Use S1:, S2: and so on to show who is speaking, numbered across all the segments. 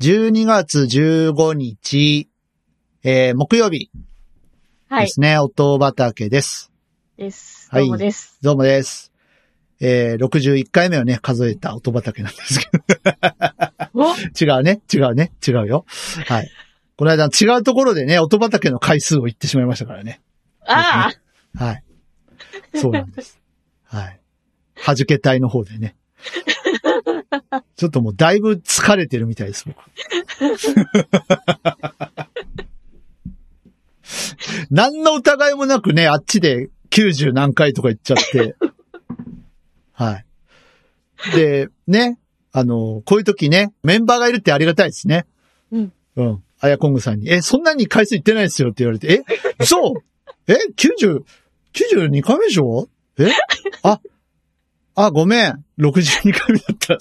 S1: 12月15日、えー、木曜日
S2: は
S1: で
S2: い。
S1: すね、音畑です。
S2: です。
S1: はい
S2: どうもです。
S1: どうもです。えー、61回目をね、数えた音畑なんですけ
S2: お
S1: ど、 違うね、違うね、違うよ。はい。この間違うところでね、音畑の回数を言ってしまいましたからね。
S2: ああ
S1: はい。そうなんです。はい。はじけ隊の方でね。ちょっともうだいぶ疲れてるみたいです、僕。何の疑いもなくね、あっちで90何回とか言っちゃって。はい。で、ね、あの、こういう時ね、メンバーがいるってありがたいですね。
S2: うん。
S1: うん。あやこんぐさんに、え、そんなに回数いってないですよって言われて、え、そうえ、90、92回目でしょえあ、あ、ごめん。62回目だった。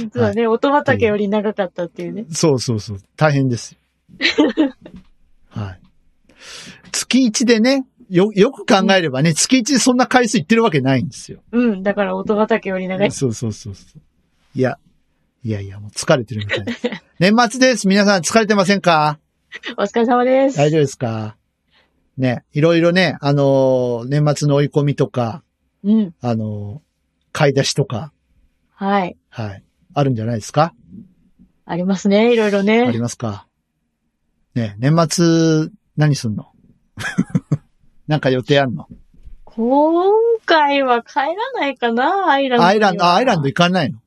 S2: 実はね、音畑より長かったっていうね。
S1: そうそうそう。大変です。はい。月1でね、よ、よく考えればね、月1でそんな回数いってるわけないんですよ。
S2: うん。だから音畑より長い。
S1: そうそうそうそう。いや、いやいや、もう疲れてるみたいです。 年末です。皆さん疲れてませんか
S2: お疲れ様です。
S1: 大丈夫ですかね、いろいろね、あのー年末の追い込みとか、
S2: うん。
S1: あのー買い出しとか、
S2: はい。
S1: はい。あるんじゃないですか
S2: ありますね。いろい
S1: あ
S2: ろ
S1: り
S2: ね。
S1: ますかねえ年末、何すんの なんか予定あんの
S2: 今回は帰らないかなアイランドには。
S1: アイランド、あアイランド行かないの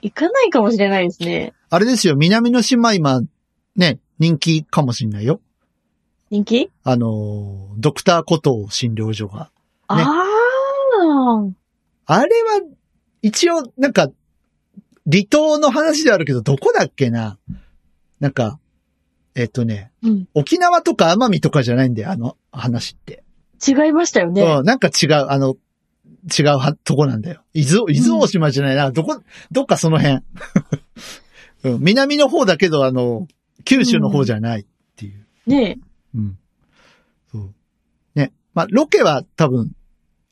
S2: 行かないかもしれないですね。
S1: あれですよ、南の島今、ね、人気かもしんないよ。
S2: 人気
S1: あのー、ドクターコトー診療所が。
S2: ああ。
S1: あれは、一応、なんか、離島の話ではあるけど、どこだっけななんか、えっとね、
S2: うん。
S1: 沖縄とか奄美とかじゃないんだよ、あの話って。
S2: 違いましたよね。
S1: うん、なんか違う、あの、違うはとこなんだよ。伊豆、伊豆大島じゃないな、どこ、どっかその辺。 うん、南の方だけど、あの、九州の方じゃないっていう。
S2: ね
S1: うん。そう。ね。まあ、ロケは多分、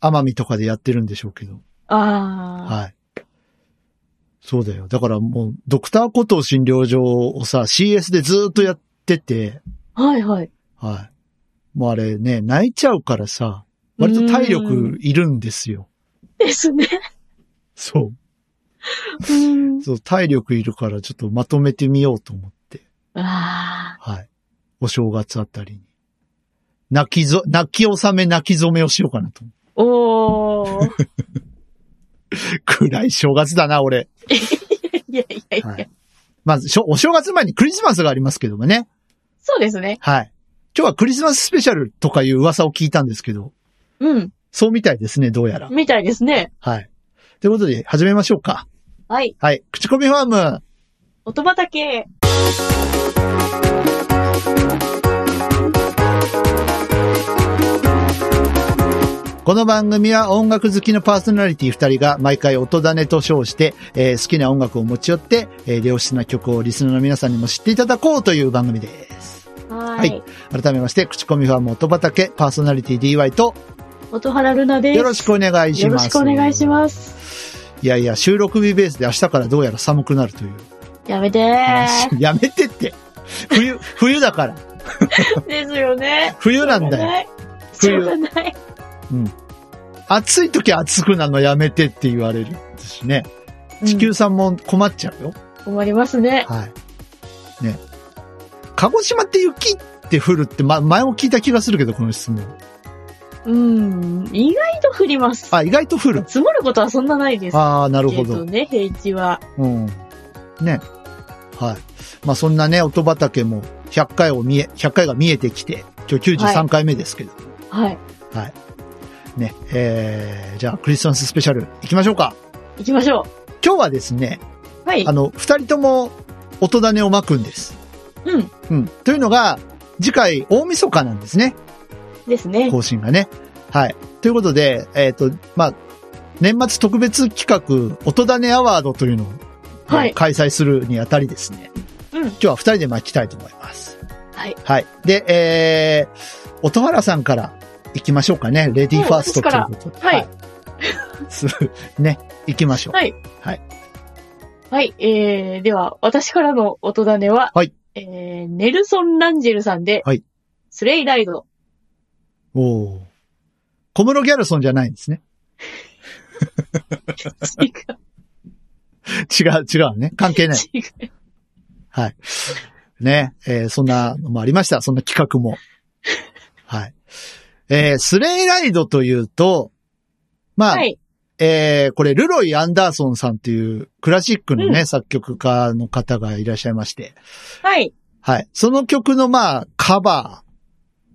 S1: 奄美とかでやってるんでしょうけど。
S2: ああ。
S1: はい。そうだよ。だからもう、ドクターコトー診療所をさ、CS でずーっとやってて、
S2: はいはい。
S1: はい。もうあれね、泣いちゃうからさ、割と体力いるんですよ。
S2: ですね。
S1: そう。
S2: うん。
S1: そう、体力いるからちょっとまとめてみようと思って。
S2: ああ。
S1: はい。お正月あたりに。泣きぞ、泣き納め、泣き染めをしようかなと思
S2: おー。
S1: う。 暗い正月だな、俺。
S2: いやいやいや。
S1: はい。まず、しょお正月前にクリスマスがありますけどもね。
S2: そうですね。
S1: はい。今日はクリスマススペシャルとかいう噂を聞いたんですけど、
S2: うん。
S1: そうみたいですね、どうやら。
S2: みたいですね。
S1: はい。ということで、始めましょうか。
S2: はい。
S1: はい。口コミファーム。
S2: 音畑。
S1: この番組は音楽好きのパーソナリティ2人が毎回音種と称して、えー好きな音楽を持ち寄って、えー良質な曲をリスナーの皆さんにも知っていただこうという番組です。
S2: は。
S1: はいい改めまして、口コミファーム音畑パーソナリティ DY と
S2: 音原ルナです。
S1: よろしくお願いし
S2: よろ
S1: ます。。
S2: しくお願いしますす。
S1: いやいや、収録日ベースで明日からどうやら寒くなるという
S2: やめて
S1: 話。
S2: ー。
S1: やめてって。冬、冬だから。
S2: ですよね。
S1: 冬なんだよ。
S2: よ。しょうがない。
S1: 暑い時は暑くなるのやめてって言われるしね。地
S2: うん
S1: 球さんも困っちゃうよ。
S2: 困りますね。
S1: はい。ね。鹿児島って雪って降るって、ま、前も聞いた気がするけど、この質問。
S2: うん。意外と降ります。
S1: あ、意外と降る。
S2: 積もることはそんなないです。
S1: ああ、なる
S2: け
S1: ほ
S2: ど
S1: ど。
S2: ね、平地は。
S1: うん。ね。はい。まあ、そんなね、音畑も100回を見え、100回が見えてきて、今日93回目ですけど。
S2: はい。
S1: ね。えー、じゃあ、クリスマススペシャル行きましょうか。
S2: 行きましょ
S1: 今日はですね、
S2: う。はい
S1: あ。の、二人とも音種をまくんです。
S2: うん。
S1: うん。というのが、次回大晦日なんですね。
S2: ですね。
S1: 更新がね。はい。ということで、えっ、と、まあ、年末特別企画、音種アワードというのを、
S2: はい
S1: 開催するにあたりですね。
S2: うん
S1: 今日は二人で巻きたいと思います。
S2: はい。
S1: はい。で、えー、音原さんから行きましょうかね。レディーファーストと
S2: もう私から
S1: いうことで。
S2: はい
S1: い。すね、行きましょう。
S2: はい。はい、えー、では、私からの音種は、
S1: はい。
S2: えー、ネルソン・ランジェルさんで、
S1: はい。
S2: スレイライ ド。
S1: おー小室ギャルソンじゃないんですね。
S2: 違う、
S1: 違う、違うね。関係ない。
S2: 違う。
S1: はい。ね。えーそんなのもありました。そんな企画も。はい。えースレイライドというと、まあ、
S2: はい。
S1: えーこれ、ルロイ・アンダーソンさんというクラシックのね、作曲家の方がいらっしゃいまして、
S2: はい。
S1: はい。その曲の、まあ、カバ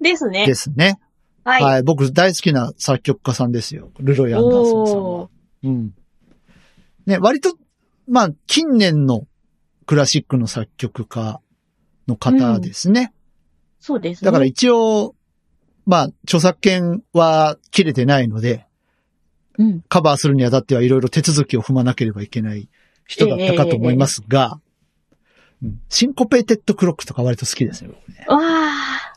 S2: です
S1: ー
S2: ね。
S1: ですね。
S2: はい。
S1: はい。僕大好きな作曲家さんですよ。ルロイ・アンダーソンさんは。
S2: おー
S1: うん。ね、割と、まあ、近年のクラシックの作曲家の方ですね。
S2: そうですね。
S1: だから、一応、まあ、著作権は切れてないので、
S2: うん。
S1: カバーするにあたってはいろいろ手続きを踏まなければいけない人だったかと思いますが、うんシンコペイテッドクロックとか割と好きですね。僕ね
S2: わあ、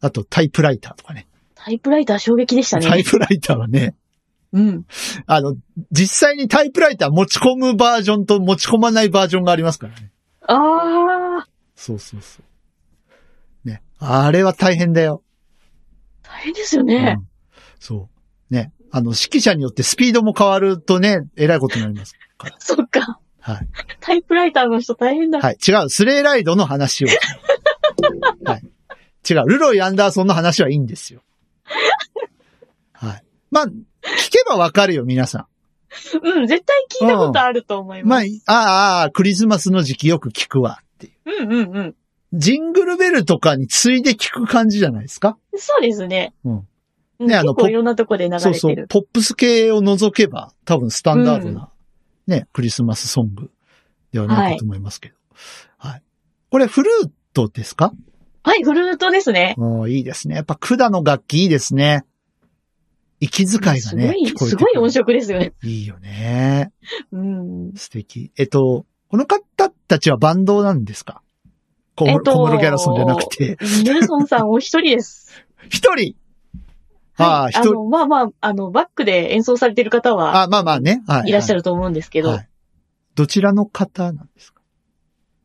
S1: あとタイプライターとかね。
S2: タイプライター衝撃でした
S1: タイ
S2: ね。
S1: プライターはね、
S2: うん。
S1: あの、実際にタイプライター持ち込むバージョンと持ち込まないバージョンがありますからね。
S2: ああ、
S1: そうそうそう。ね。あれは大変だよ。
S2: 大変ですよね
S1: う。んそう。ね。あの、指揮者によってスピードも変わるとね、えらいことになります。
S2: そっか。
S1: はい。
S2: タイプライターの人大変だ。
S1: はい。違う。スレイライドの話 を。はい。違う。ルロイ・アンダーソンの話はいいんですよ。はい。まあ、聞けばわかるよ、皆さ
S2: うん、絶対聞いたことあると思い
S1: ん。ま
S2: ま
S1: あ
S2: す。、
S1: ああ、クリスマスの時期よく聞くわっていう。
S2: うんうんうん。
S1: ジングルベルとかに次いで聞く感じじゃないですか
S2: そうですね。
S1: うん
S2: うん。
S1: ねあの
S2: 結
S1: ポ
S2: 構いろんなとこで流れてる。
S1: そうそう、ポップス系を除けば、多分スタンダードな、ね、クリスマスソングではないかと思いますけど。はい。これ、フルートですか
S2: はい、フルートですね。
S1: もういいですね。やっぱ、管の楽器いいですね。息遣いが
S2: す
S1: ね
S2: ご、い、
S1: 聞こえ
S2: す
S1: て
S2: ごい
S1: く
S2: 音
S1: る。
S2: 色ですよね。
S1: いいよね。
S2: うん。
S1: 素敵。えっと、この方たちはバンドなんですかコ
S2: え
S1: モ
S2: っと
S1: コモロギャラソンじゃなくて、
S2: ネルソンさんお一人です。
S1: 一人 ああ
S2: はい。
S1: 一
S2: あ
S1: 人
S2: の、まあまあ、あの、バックで演奏されてる方は
S1: あ、まあまあね。はい、
S2: いらっしゃ
S1: る
S2: ると思うんですけど、
S1: どちらの方なんですか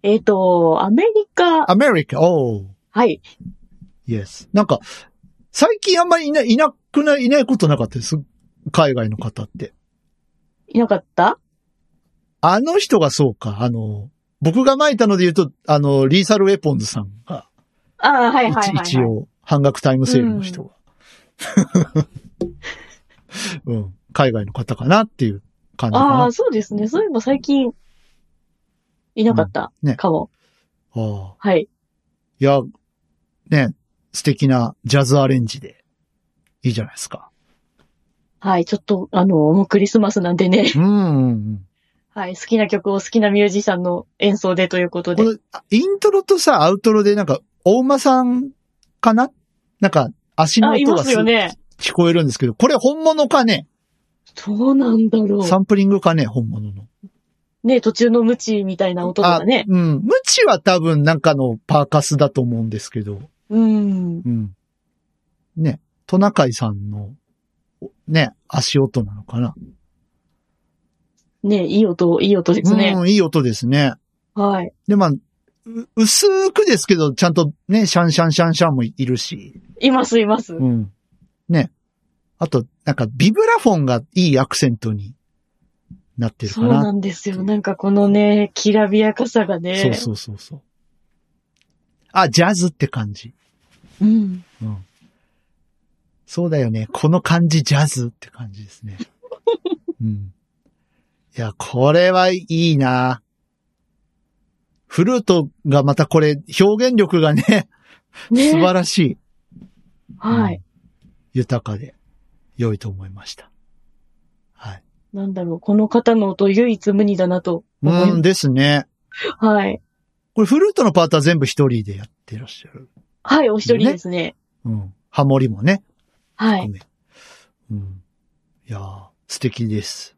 S2: えっ、と、アメリカ、
S1: アメリカ、おー。
S2: はい。
S1: Yes. なんか、最近あんまりいない、いなくない、いないことなかったです。海外の方って。
S2: いなかった
S1: あの人がそうか、あの、僕が巻いたので言うと、あの、リーサルウェポンズさんが、
S2: ああ、はいはい
S1: 一
S2: はい、はい。
S1: 一応、半額タイムセールの人が。うん、海外の方かなっていう感じかな。
S2: あ
S1: あ
S2: あ、そうですね。そういえば最近、いなかった
S1: うんね
S2: かも。
S1: あ
S2: はい。
S1: いや、ね、素敵なジャズアレンジで、いいじゃないですか。
S2: はい。ちょっと、あの、もうクリスマスなんでね。
S1: うんうんうん。
S2: はい。好きな曲を好きなミュージシャンの演奏でということで
S1: こ。の、あイントロとさ、アウトロでなんか、大馬さんかななんか、足の
S2: あ、い
S1: 音
S2: ま
S1: が
S2: す
S1: す、
S2: よね。
S1: 聞こえるんですけど、これ本物かね
S2: どうなんだろ
S1: サンプリングかね本物の。
S2: う。ね、途中の無知みたいな音とかね。
S1: うん。無知は多分なんかのパーカスだと思うんですけど、
S2: うん。
S1: うん。ね、トナカイさんの、おね、足音なのかな
S2: ね、いい音、いい音ですね。
S1: うん、いい音ですね。
S2: はい。
S1: で、まあ、う薄くですけど、ちゃんとね、シャンシャンシャンシャンもいるし、
S2: います、います。
S1: うん。ね。あと、なんか、ビブラフォンがいいアクセントになってるか
S2: そう
S1: な。
S2: なんですよ。なんかこのね、きらびやかさがね。
S1: そうそうそうそう。あ、ジャズって感じ。
S2: うん。
S1: うん。そうだよね。この感じ、ジャズって感じですね。うん。いや、これはいいなフルートがまたこれ、表現力がね、
S2: ね。
S1: 素晴らしい。
S2: はい。
S1: 豊かで、良いと思いました。はい。
S2: なんだろう。この方の音唯一無二だなと思い
S1: うんですね。
S2: はい。
S1: これフルートのパートは全部一人でやってらっしゃる。
S2: はい、お一人ですね。
S1: うん。ハモリもね。
S2: は
S1: ご
S2: い。
S1: めん。うん。いやー、素敵です。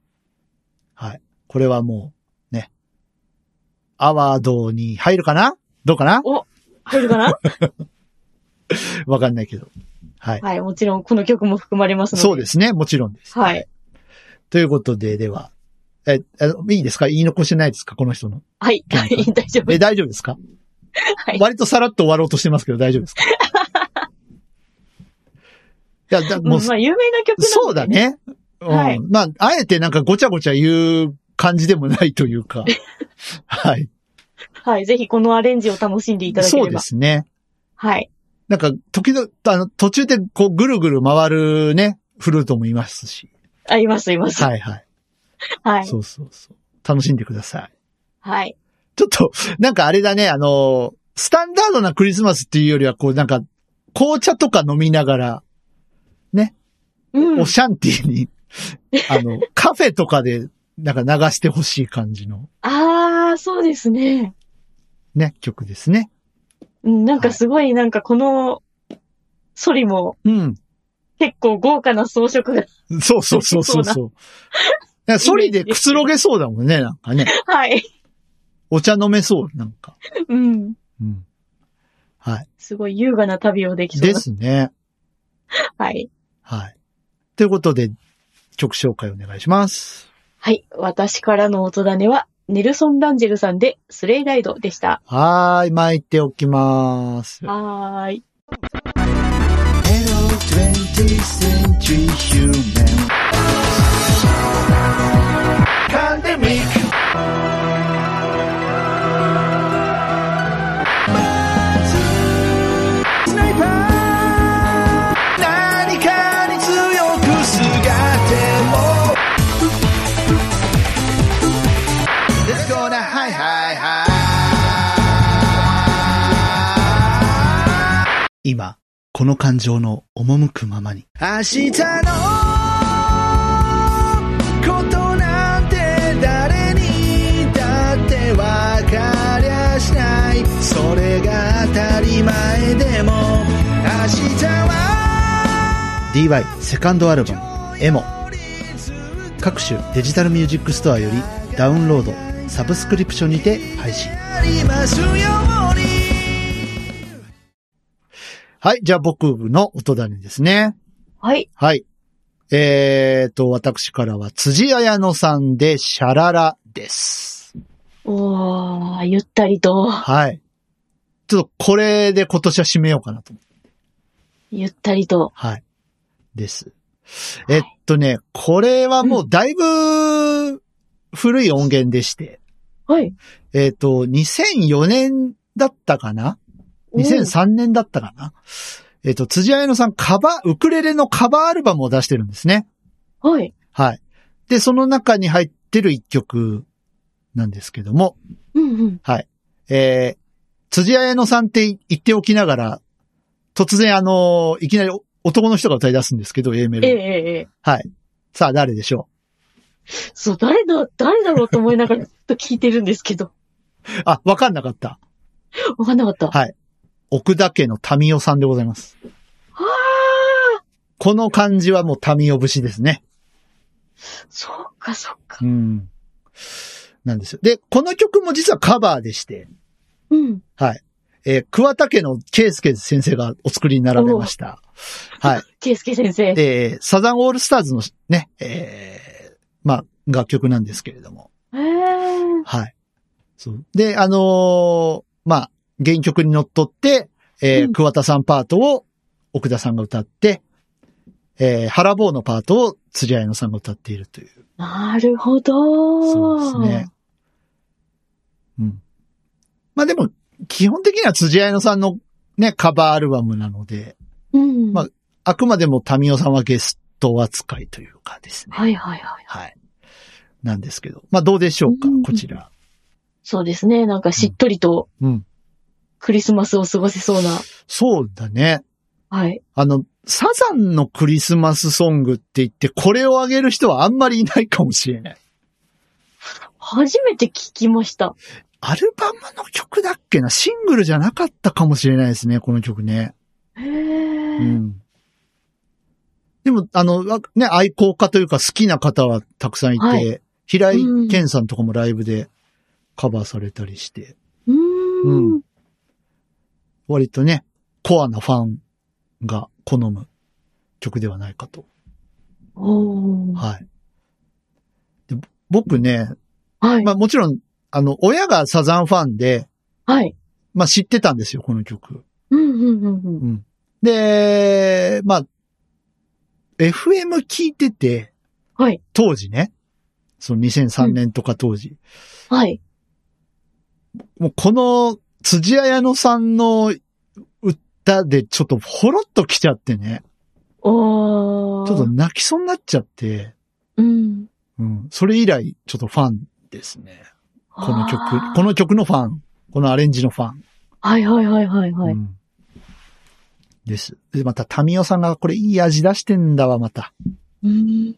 S1: はい。これはもう、ね。アワードに入るかなどうかな
S2: 入るかな
S1: わかんないけど。はい。
S2: はい、もちろんこの曲も含まれますので。
S1: そうですね。もちろんです。
S2: はい。
S1: ということで、では、え、えいいですか言い残してないですかこの人の。
S2: はい、
S1: 喧嘩
S2: 大丈夫
S1: え、大丈夫ですか
S2: はい
S1: 割とさらっと終わろうとしてますけど大丈夫ですかいや、だもう、
S2: まあ、有名な曲なんで、
S1: そうだ。ね。うん、
S2: はい
S1: まあ、あえてなんかごちゃごちゃ言う感じでもないという か。はい。
S2: はい、ぜひこのアレンジを楽しんでいただけれ
S1: そ
S2: ば。
S1: うですね。
S2: はい。
S1: なんか、時々、あの、途中でこう、ぐるぐる回るね、フルートもいますし。
S2: あ、います、います。
S1: はいはい。
S2: はい。
S1: そうそうそう。楽しんでください。
S2: はい。
S1: ちょっと、なんかあれだね、あの、スタンダードなクリスマスっていうよりは、こう、なんか、紅茶とか飲みながら、
S2: うん
S1: オ。シャンティー に、あの、カフェとかで、なんか流してほしい感じの、
S2: あー、そうですね。
S1: ね、曲ですね。
S2: うん、なんかすごい、なんかこの、ソリも
S1: うん。
S2: 結構豪華な装飾 が。
S1: そうそうそうそうそう。なんかソリでくつろげそうだもんね、なんかね。
S2: はい。
S1: お茶飲めそう、なんか。
S2: うん。
S1: うん。はい。
S2: すごい優雅な旅をできそう
S1: で
S2: な。
S1: すね。
S2: はい。
S1: はい。ということで、曲紹介お願いします。
S2: はい。私からの音種は、ネルソン・ランジェルさんで、スレイライドでした。
S1: はーい、巻いておきます。
S2: はーい。
S3: Hello, 20th century human. Pandemic. Sniper. 何かに強くすがっても Let's go now, hi, hi, hi.
S1: 今、この感情の赴くままに。
S3: 明日のことなんて誰にだってわかりゃしないそれが当たり前でも明日は
S1: DY セカンドアルバム、エモ。各種デジタルミュージックストアよりダウンロード、サブスクリプションにて配信。
S3: ありますように
S1: はい、じゃあ僕の音種ですね。
S2: はい。
S1: はい。えーと、私からは辻彩乃さんでシャララです。
S2: おー、ゆったりと、
S1: はい。ちょっとこれで今年は締めようかなと思って。
S2: ゆったりと。
S1: はい。です。えっとね、これはもうだいぶ古い音源でして、
S2: はい。
S1: えっと、2004年だったかな
S2: おー
S1: ?2003 年だったかなえっと、辻彩乃さんカバー、ウクレレのカバーアルバムを出してるんですね。
S2: はい。
S1: はい。で、その中に入ってる一曲なんですけども、
S2: うんうん。
S1: えー、辻彩乃さんって言っておきながら、突然あのーいきなりお男の人が歌い出すんですけど、A メ
S2: ええ
S1: ロ。
S2: ええええ
S1: はい。さあ、誰でしょ
S2: そう、誰だ、誰だろうと思いながらずっと聞いてるんですけど。
S1: う あ、わかんなかった。
S2: わかんなかった。
S1: はい奥田家の民生さんでございます。
S2: は
S1: この漢字はもう民生節ですね。
S2: あ、そうか、そうか。
S1: うん。なんですよ。で、この曲も実はカバーでして、
S2: うん。
S1: えー、桑田家の圭介先生がお作りになられました。はい。
S2: ケイスケ先生。
S1: で、サザンオールスターズのね、えーまあ、楽曲なんですけれども。
S2: えー、
S1: はい。そう。で、あのーまあ、原曲にのっとって、えー
S2: うん
S1: 桑田さんパートを奥田さんが歌って、えー、原坊のパートを辻愛乃さんが歌っているという。
S2: なるほど。
S1: そうですね。。うん。まあでも、基本的には辻愛乃さんのね、カバーアルバムなので、
S2: うん。
S1: まああくまでも民生さんはゲスト扱いというかですね。
S2: はいはいはい。
S1: はい。なんですけど。まあ、どうでしょうか
S2: うん
S1: こちら。
S2: そうですね。なんかしっとりと
S1: うん。
S2: クリスマスを過ごせそうな。
S1: そうだね。
S2: はい。
S1: あの、サザンのクリスマスソングって言って、これをあげる人はあんまりいないかもしれない。
S2: 初めて聞きました。
S1: アルバムの曲だっけなシングルじゃなかったかもしれないですね、この曲ね。
S2: へ
S1: う
S2: ー
S1: ん。でも、あの、わね、愛好家というか好きな方はたくさんいて、
S2: はい
S1: 平井堅さんとかもライブでカバーされたりして、
S2: う
S1: う
S2: ーん。
S1: 割とね、コアなファンが好む曲ではないかと
S2: おー
S1: はい。で僕ね、
S2: はい
S1: ま。あもちろん、あの、親がサザンファンで、
S2: はい。
S1: まあ知ってたんですよ、この曲。
S2: うん、うん、うん、うん。
S1: で、まあ、FM 聞いてて、
S2: はい。
S1: 当時ね、その2003年とか当時、
S2: はい。
S1: もうこの辻彩乃さんの歌でちょっとほろっと来ちゃってね、
S2: おー。
S1: ちょっと泣きそうになっちゃって、
S2: うん。
S1: うん、それ以来ちょっとファンですね。この
S2: あ
S1: 曲、
S2: ー
S1: この曲のファン、このアレンジのファン。
S2: はい、はい、はい、はい、は
S1: う
S2: い。
S1: んです。で、また、タミオさんがこれいい味出してんだわ、また。
S2: うん。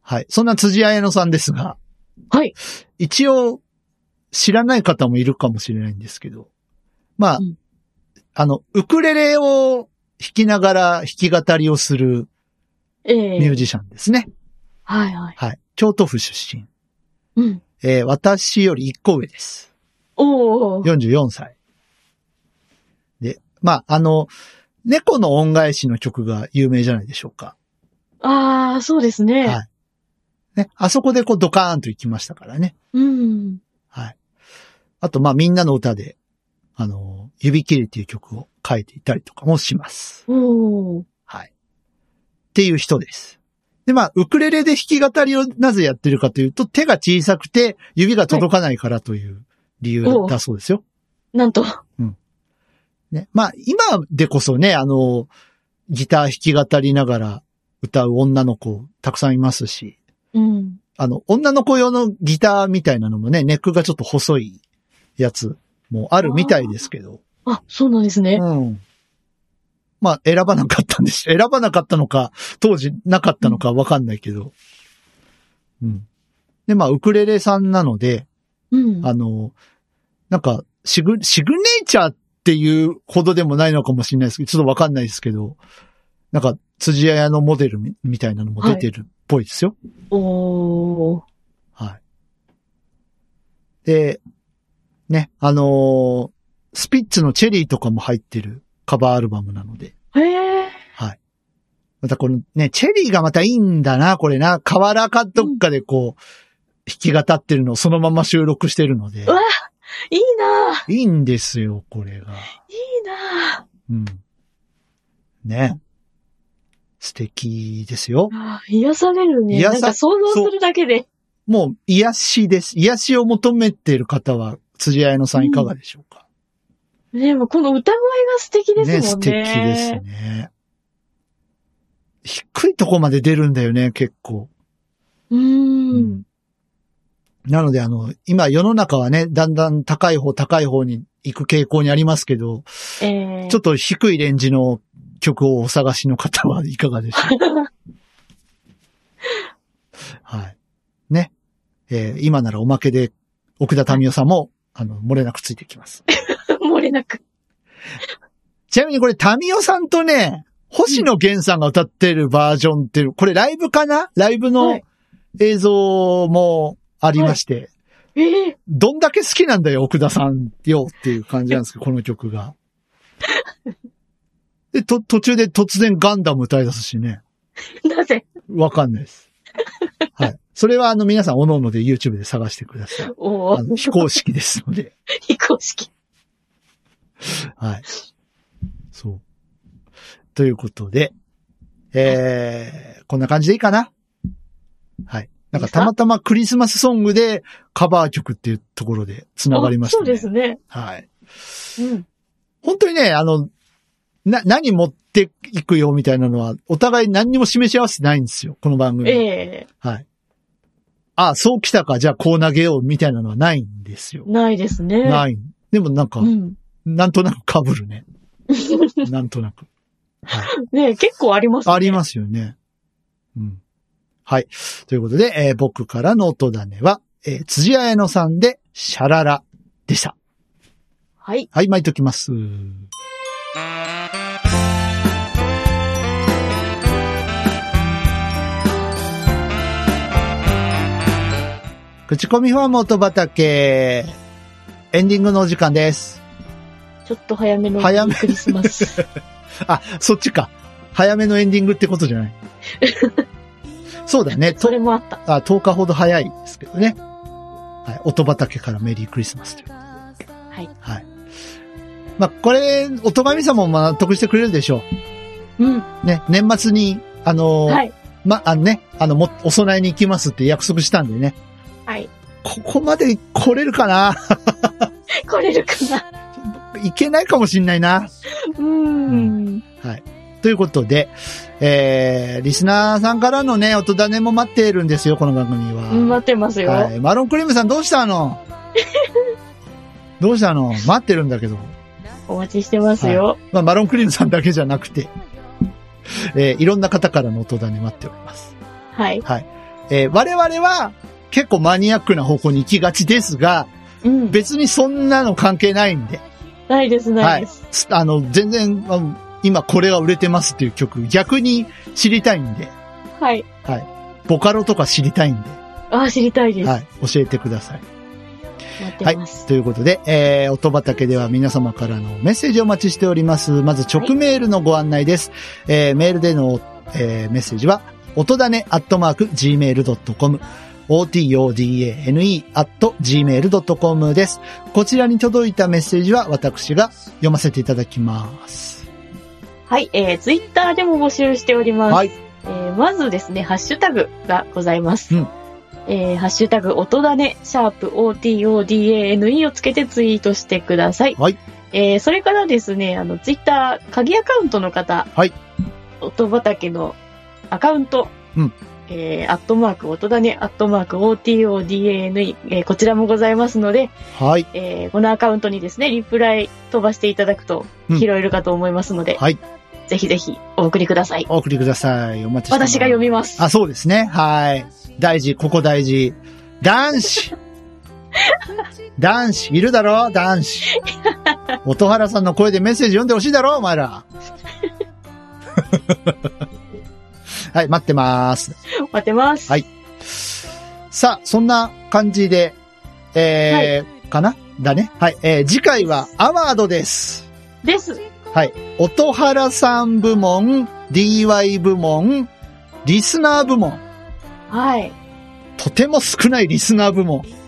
S1: はい。そんな辻彩乃さんですが、
S2: はい。
S1: 一応、知らない方もいるかもしれないんですけど、まあ、
S2: うん
S1: あの、ウクレレを弾きながら弾き語りをする
S2: ええ
S1: ミュージシャンですね。
S2: はい、はい。
S1: はい。京都府出身。
S2: うん。
S1: えー私より一個上です。
S2: おー。
S1: 44歳。で、まあ、あの、猫の恩返しの曲が有名じゃないでしょうか。
S2: あー、そうですね。
S1: はいね、あそこでこうドカーンと行きましたからね。
S2: うん。
S1: はい。あと、まあ、みんなの歌で、あの、指切りっていう曲を書いていたりとかもします。
S2: おー。
S1: はい。っていう人です。で、まあ、ウクレレで弾き語りをなぜやってるかというと、手が小さくて指が届かないからという理由だそうですよ。
S2: なんと。
S1: ね。まあ、今でこそね、あの、ギター弾き語りながら歌う女の子たくさんいますし、
S2: うん。
S1: あの、女の子用のギターみたいなのもね、ネックがちょっと細いやつもあるみたいですけど。
S2: あ、そうなんですね。
S1: うん。まあ、選ばなかったんです。 選ばなかったのか、当時なかったのかわかんないけど。うん。で、まあ、ウクレレさんなので、
S2: うん。
S1: あの、なんか、シグ、シグネチャーっていうほどでもないのかもしれないですけど、ちょっとわかんないですけど、なんか、辻屋のモデルみみたいなのも出てるっぽいですよ。
S2: おー。
S1: はい。で、ね、あのースピッツのチェリーとかも入ってるカバーアルバムなので、
S2: へえ。
S1: またこのね、チェリーがまたいいんだな、これな。河原かどっかでこう、弾き語ってるのをそのまま収録してるので
S2: う、わいいなぁ。
S1: いいんですよ、これが。
S2: いいな
S1: うん。ね。素敵ですよ。
S2: ぁ。あー癒されるね。
S1: 癒さ
S2: なんか想像するだけで。
S1: もう癒しです。癒しを求めている方は、辻彩乃さんいかがでしょうか、
S2: ねもうこの歌声が素敵ですもんね。
S1: 素敵です。ね。低いとこまで出るんだよね、結構。
S2: う。
S1: うんなので、あの、今世の中はね、だんだん高い方高い方に行く傾向にありますけど、
S2: ええ
S1: ちょっと低いレンジの曲をお探しの方はいかがでしょうか はい。ね。えー今ならおまけで、奥田民生さんも、あの、漏れなくついてきます。
S2: 漏れなく。
S1: ちなみにこれ、民生さんとね、星野源さんが歌ってるバージョンっていう、これライブかなライブ
S2: は
S1: の
S2: い
S1: 映像もありまして、
S2: ええ
S1: どんだけ好きなんだよ、奥田さんよっていう感じなんですけど、この曲が。で、と、途中で突然ガンダム歌い出すしね、
S2: なぜ
S1: わかんない です。はい。それはあの皆さん、おのおので YouTube で探してください。
S2: お
S1: あ
S2: お
S1: の、非公式ですので。
S2: 非公式。
S1: はい。そう。ということで、えー、こんな感じでいいかなはい。なんかたまたまクリスマスソングでカバー曲っていうところで繋がりましたね。
S2: あそうですね。
S1: はい。
S2: うん。
S1: 本当にね、あの、な、何持っていくよみたいなのは、お互い何にも示し合わせてないんですよ。この番組。
S2: ええ
S1: はい。ああ、そう来たか、じゃあこう投げようみたいなのはないんですよ。
S2: ないですね。い。
S1: ない。でもなんか、
S2: うん。
S1: なんとなく被 るね。なんとなく。はい。
S2: ね結構ありますね。
S1: ありますよね。うん。はい。ということで、えー僕からの音種は、えー辻彩乃さんで、シャララでした。
S2: はい。
S1: はい、巻いときます。口コミファーム音畑、エンディングのお時間です。
S2: ちょっと早めの
S1: 早め
S2: クリスマ ス。
S1: あ、そっちか。早めのエンディングってことじゃない。そうだね。
S2: そ
S1: と
S2: れもあった。
S1: あ10日ほど早いですけどね。はい。音畑からメリークリスマスという。
S2: はい。
S1: はい。まあ、これ、音神様も納得してくれるでしょ
S2: うん。
S1: う。ね。年末に、あのー
S2: はい。
S1: ま、あのね、あの、も、お供えに行きますって約束したんでね。
S2: はい。
S1: ここまで来れるかな
S2: 来れるかな。
S1: いけないかもしんないな。
S2: うーん。
S1: ということで、えー、リスナーさんからのね、音種も待っているんですよ、この番組は。
S2: 待ってますよ。
S1: はい。マロンクリームさんどうした のどうしたの待ってるんだけど。
S2: お待ちしてますよ。
S1: まあ、マロンクリームさんだけじゃなくて、えーいろんな方からの音種待っております。
S2: はい。
S1: えー我々は結構マニアックな方向に行きがちですが、
S2: うん。
S1: 別にそんなの関係ないんで、
S2: ないです、ないです。
S1: すあの、全然、あの今これが売れてますっていう曲、逆に知りたいんで、
S2: はい。
S1: ボカロとか知りたいんで、
S2: ああ、知りたいです。
S1: はい、教えてください。
S2: 待っ
S1: は
S2: て
S1: い
S2: ます。。
S1: ということで、えー、音畑では皆様からのメッセージをお待ちしております。まず直メールのご案内です。えー、メールでの、えー、メッセージは、音だねアットマーク gmail.com otodane アット gmail.com です。こちらに届いたメッセージは私が読ませていただきます。
S2: はい。えー、ツイッターでも募集しております。
S1: はい。
S2: えーまずですね、ハッシュタグがございます。
S1: うん
S2: えーハッシュタグ、音だね、シャープ OTODANE をつけてツイートしてください。
S1: はい
S2: えーそれからですね、あの、ツイッター、鍵アカウントの方。
S1: はい
S2: 音畑のアカウント。
S1: うん
S2: えーアットマーク、音だね、アットマーク OTODANE、えーこちらもございますので、
S1: はい。
S2: えーこのアカウントにですね、リプライ飛ばしていただくと
S1: うん
S2: 拾えるかと思いますので、
S1: はい。
S2: ぜひぜひお送りください。
S1: お送りください。お待ちしてます。
S2: 私が読みます。
S1: あ、そうですね。はい。大事、ここ大事。男子男子、いるだろ男子。音原さんの声でメッセージ読んでほしいだろお前ら。 はい、待ってます。
S2: 待ってます。
S1: はいさあ、そんな感じで、えーかなだね。はい、えー次回はアワードです。
S2: です。
S1: はい。音原さん部門、DY 部門、リスナー部門。
S2: はい。
S1: とても少ないリスナー部門。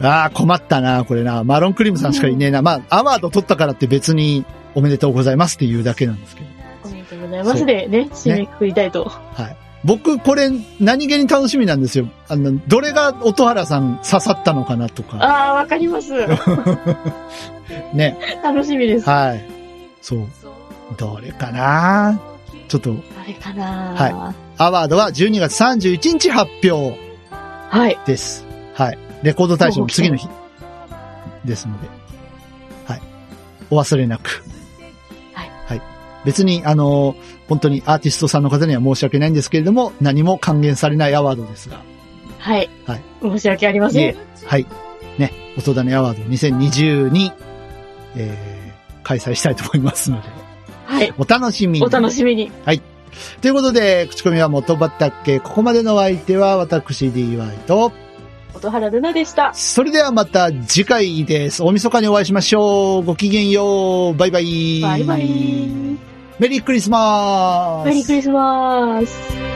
S1: ああ、困ったな、これな。マロンクリームさんしかいねえな。まあ、アワード取ったからって別におめでとうございますっていうだけなんですけど。
S2: おめでとうございますでね、締めくくりたいと。
S1: はい。僕、これ、何気に楽しみなんですよ。あの、どれが音原さん刺さったのかなとか。
S2: ああ、わかります。
S1: ね。
S2: 楽しみです。あ
S1: はい。そう。どれかなちょっと、
S2: れかな
S1: はアワードは12月31日発表。
S2: はい。
S1: です。はい。レコード大賞の次の日。ですので。はい。お忘れなく。
S2: はい。
S1: はい。別に、あの、本当にアーティストさんの方には申し訳ないんですけれども、何も還元されないアワードですが。
S2: はい。
S1: はい
S2: 申し訳ありま
S1: い
S2: せ
S1: え
S2: ん。、
S1: はい。ね、音種アワード2022、えー、開催したいと思いますので、
S2: はい。
S1: お楽しみに。
S2: お楽しみに。
S1: ということで、口コミは元畑、ここまでのお相手は私 DY と、
S2: 音原ルナでした。
S1: それではまた次回です。大晦日にお会いしましょう。ごきげんよう。バイバイ。
S2: バイバイ。
S1: メリークリスマス。
S2: メリークリスマス。